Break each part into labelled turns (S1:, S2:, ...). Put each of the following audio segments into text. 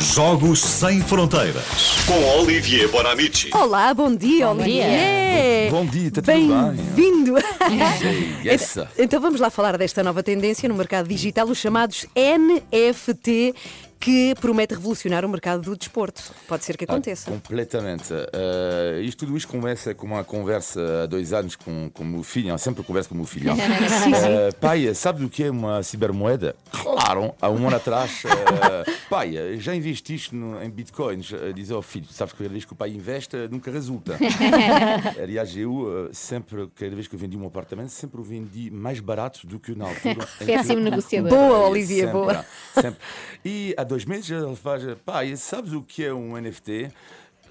S1: Jogos Sem Fronteiras com Olivier Bonamici.
S2: Olá, bom dia,
S3: Bom
S2: Olivier.
S4: Bom dia, está tudo bem?
S2: Bem-vindo.
S4: Yes.
S2: Então- Então vamos lá falar desta nova tendência no mercado digital, os chamados NFT, que promete revolucionar o mercado do desporto. Pode ser que
S4: é.
S2: aconteça.
S4: Completamente. Eh, isto tudo isto começa com uma conversa há dois anos com, com o meu filho. Eu sempre converso com o meu filho. Eh, pai, sabe o que é uma cibermoeda? Claro, há um ano atrás. eh, pai, já investiste no- em bitcoins? Eh, Diz ao filho, sabes que cada vez que o pai investe, eh, nunca resulta. Aliás, eu eh, sempre, cada vez que eu vendi um apartamento, sempre o vendi mais barato do que na altura. em que-
S3: Péssimo negociador.
S2: Boa, Olivia, boa.
S4: Sempre. E há dois meses ele faz, pai, sabes o que é um NFT?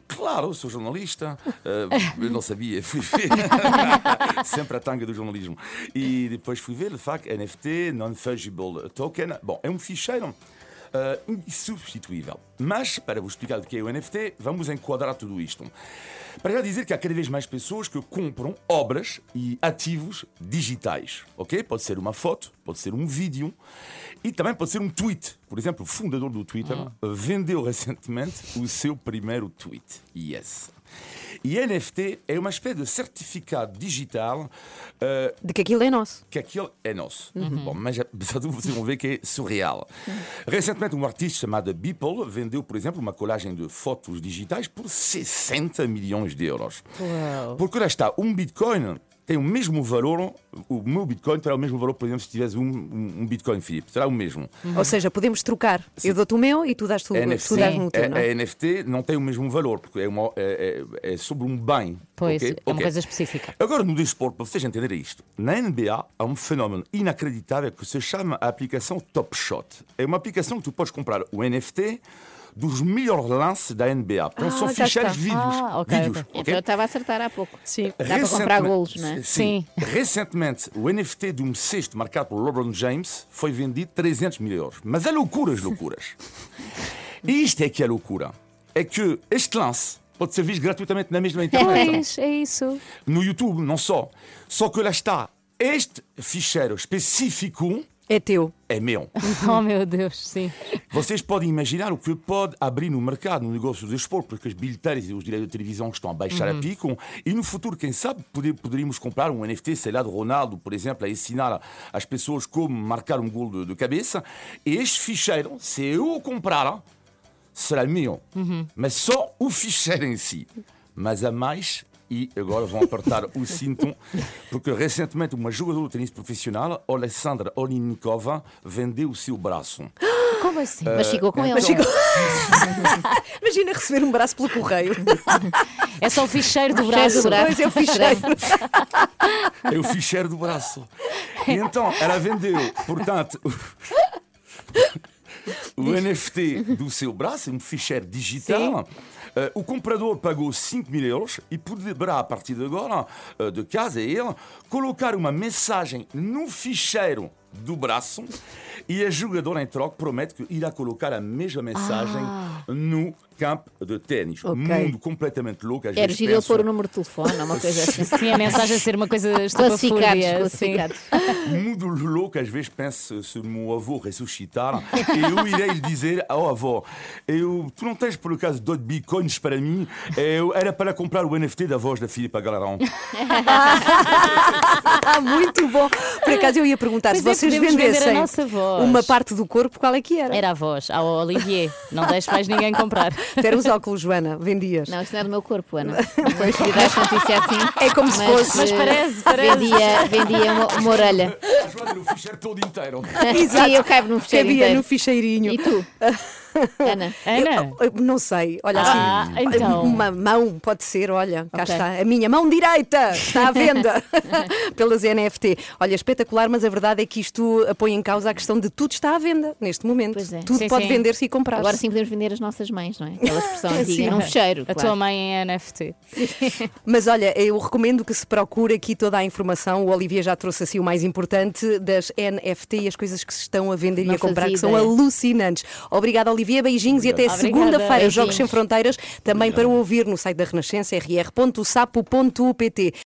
S4: Claro, sou jornalista. Eh, eu não sabia, fui ver. Sempre a tanga do jornalismo. E depois fui ver, de facto, NFT, Non-Fungible Token. Bom, é um ficheiro eh, insubstituível. Mas, para vos explicar o que é o NFT, vamos enquadrar tudo isto. Para já dizer que há cada vez mais pessoas que compram obras e ativos digitais, ok? Pode ser uma foto, pode ser um vídeo e também pode ser um tweet. Por exemplo, o fundador do Twitter eh, vendeu recentemente o seu primeiro tweet. Yes. E NFT é uma espécie de certificado digital eh,
S2: De que aquilo é nosso.
S4: que aquilo é nosso. Bom, mas apesar de vocês vão ver que é surreal. Recentemente, um artista chamado Beeple vendeu, por exemplo, uma colagem de fotos digitais por 60 milhões de euros. Porque lá está, um Bitcoin tem o mesmo valor, o meu Bitcoin terá o mesmo valor, por exemplo, se tivesse um, um, um Bitcoin, Filipe, será o mesmo.
S2: Ou seja, podemos trocar. Eu dou-te o meu e tu dás-te o tu
S4: NFT,
S2: dás-me o teu,
S4: é-
S2: não
S4: é NFT não tem o mesmo valor, porque é, uma- é- é- é sobre um bem.
S3: Pois,
S4: ok?
S3: é uma
S4: Ok.
S3: coisa específica.
S4: Agora, no desporto, para vocês entenderem isto, na NBA há um fenómeno inacreditável que se chama a aplicação Top Shot. É uma aplicação que tu podes comprar o NFT dos melhores lances da NBA. Então,
S2: Ah,
S4: são
S2: já
S4: ficheiros
S2: está.
S4: vídeos.
S3: Ah, ok,
S4: vídeos,
S3: ok.
S4: ok?
S5: Então eu estava a acertar há pouco.
S3: Sim.
S5: Dá para comprar
S4: Recentemente-
S5: golos, não é?
S4: Sim.
S3: Sim.
S4: Recentemente, o NFT de um sexto marcado por LeBron James foi vendido 300 mil euros. Mas é loucuras, loucuras. E isto é que é loucura. É que este lance pode ser visto gratuitamente na mesma internet.
S3: Pois, é isso.
S4: No YouTube, não só. Só que lá está. Este ficheiro específico
S2: É teu.
S4: é meu.
S3: Oh, meu Deus, sim.
S4: Vocês podem imaginar o que pode abrir no mercado, no negócio do esporte, porque as bilheteiras e os direitos de televisão estão a baixar a pico. E no futuro, quem sabe, poder- poderíamos comprar um NFT, sei lá, de Ronaldo, por exemplo, a ensinar às pessoas como marcar um gol de, de cabeça. E este ficheiro, se eu o comprar, será meu. Mas só o ficheiro em si. Mas a mais, e agora vão apertar o cinto, porque recentemente uma jogadora de ténis profissional, Alessandra Olinikova, vendeu o seu braço.
S3: Como assim?
S5: Mas ficou com ele.
S2: Eh, Mas ficou- Imagina receber um braço pelo correio.
S3: É só o ficheiro do
S5: Ficheiro
S3: braço.
S5: do braço.
S2: Pois eu fiz
S4: É o ficheiro do braço. E então, ela vendeu, portanto, o, o NFT do seu braço, um ficheiro digital. Eh, o comprador pagou 5 mil euros e poderá, a partir de agora, eh, de casa e ele, colocar uma mensagem no ficheiro do braço e a jogadora em troca promete que irá colocar a mesma mensagem no campo de ténis. Um Mundo completamente louco. às
S5: Era
S4: vezes
S5: giro ele
S4: penso.
S5: pôr o número de telefone, uma coisa assim.
S3: é Sim, a mensagem a ser uma coisa
S5: Classificados,
S3: estapafúrdia. sim.
S5: classificados.
S4: Mudo louco, às vezes penso se meu avô ressuscitar, e eu irei lhe dizer ao avô: eu, tu não tens por acaso dois bitcoins para mim? Eu, era para comprar o NFT da voz da Filipa Galarão.
S2: Ah, muito bom. Por acaso eu ia perguntar
S3: Pois
S2: se
S3: é,
S2: vocês
S3: podemos vender a
S2: vendessem
S3: nossa voz.
S2: uma parte do corpo, qual é que era?
S3: Era a voz, ao Olivier. Não deixe mais ninguém comprar.
S2: Era os óculos, Joana. Vendias.
S5: Não, isto não é do meu corpo, Ana. Depois de dar esta notícia assim.
S2: É como se fosse.
S3: Mas
S5: eh,
S3: parece, parece.
S5: Vendia, vendia uma, uma orelha.
S4: A Joana no ficheiro todo inteiro.
S5: Sim, eu caibo num fecheiro
S2: Cabia no
S5: inteiro.
S2: ficheirinho.
S5: E tu? Ana,
S3: Ana?
S2: Eu- eu não sei, olha
S3: Ah,
S2: assim.
S3: então.
S2: Uma mão, pode ser, olha, cá
S5: Ok.
S2: está. A minha mão direita está à venda pelas NFT. Olha, espetacular, mas a verdade é que isto põe em causa a questão de tudo está à venda neste momento.
S5: Pois é.
S2: Tudo
S3: Sim,
S2: pode
S3: sim.
S2: vender-se e comprar.
S5: agora sim podemos vender as nossas mães, não é? Aquela expressão antiga.
S3: um
S5: Num fecheiro.
S3: A tua
S5: claro.
S3: mãe é NFT.
S2: Mas olha, eu recomendo que se procure aqui toda a informação. O Olivia já trouxe assim o mais importante das NFT e as coisas que se estão a vender
S5: Não
S2: e a comprar,
S5: fazia
S2: que são
S5: ideia.
S2: alucinantes. Obrigada, Olivia. Beijinhos e até
S3: Obrigada.
S2: segunda-feira.
S5: Beijinhos.
S2: Jogos Sem Fronteiras, também para o ouvir no site da Renascença, rr.sapo.pt.